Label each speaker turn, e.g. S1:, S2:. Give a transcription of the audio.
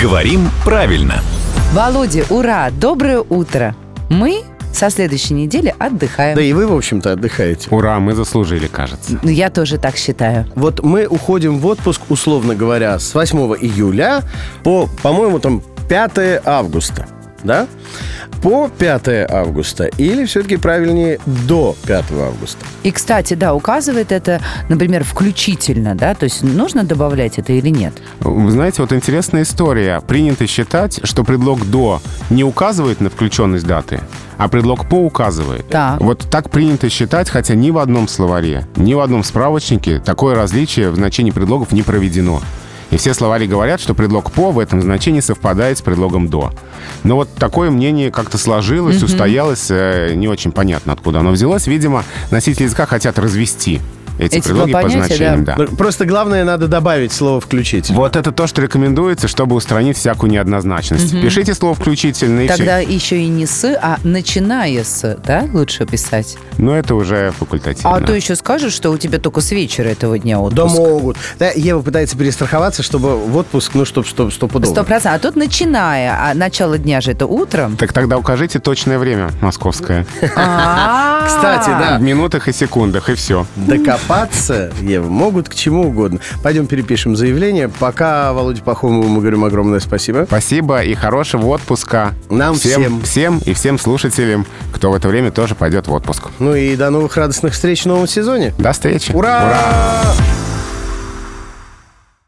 S1: Говорим правильно.
S2: Володя, ура! Доброе утро! Мы со следующей недели отдыхаем.
S3: Да и вы, в общем-то, отдыхаете.
S4: Ура, мы заслужили, кажется.
S2: Ну, я тоже так считаю.
S3: Вот мы уходим в отпуск, условно говоря, с 8 июля по, по-моему, там 5 августа. Да? По 5 августа. Или все-таки правильнее до 5 августа.
S2: И, кстати, да, указывает это, например, включительно, да, то есть нужно добавлять это или нет.
S4: Вы знаете, вот интересная история. Принято считать, что предлог «до» не указывает на включенность даты, а предлог «по» указывает.
S2: Так.
S4: Вот так принято считать, хотя ни в одном словаре, ни в одном справочнике такое различие в значении предлогов не проведено. И все словари говорят, что предлог «по» в этом значении совпадает с предлогом «до». Но вот такое мнение как-то сложилось, устоялось, э, не очень понятно, откуда оно взялось. Видимо, носители языка хотят развести эти,
S2: Эти
S4: предлоги
S2: два
S4: по
S2: понятия,
S4: значениям. Да.
S3: Ну, Просто главное надо добавить слово «включить».
S4: Вот это то, что рекомендуется, чтобы устранить всякую неоднозначность. Пишите слово «включительно» и
S2: Тогда еще и не с, а начиная с, да, лучше писать.
S4: все. Но это уже факультативно.
S2: А то еще скажешь, что у тебя только с вечера этого дня
S3: Да
S2: отпуск.
S3: могут. Да, Ева пытается перестраховаться, чтобы в отпуск, ну, чтоб, чтоб, стопудово.
S2: Сто процентов. А тут начиная, а начало дня же это утром.
S4: Так тогда укажите точное время московское.
S3: Кстати,
S2: Кстати,
S3: да.
S4: В минутах и секундах, и все.
S3: Докопаться, Ева, могут к чему угодно. Пойдем перепишем заявление. Пока Володе Пахомову мы говорим огромное спасибо.
S4: Спасибо и хорошего отпуска.
S3: Нам всем.
S4: всем. Всем и всем слушателям, кто в это время тоже пойдет в отпуск.
S3: Ну и до новых радостных встреч в новом сезоне.
S4: До встречи.
S3: Ура!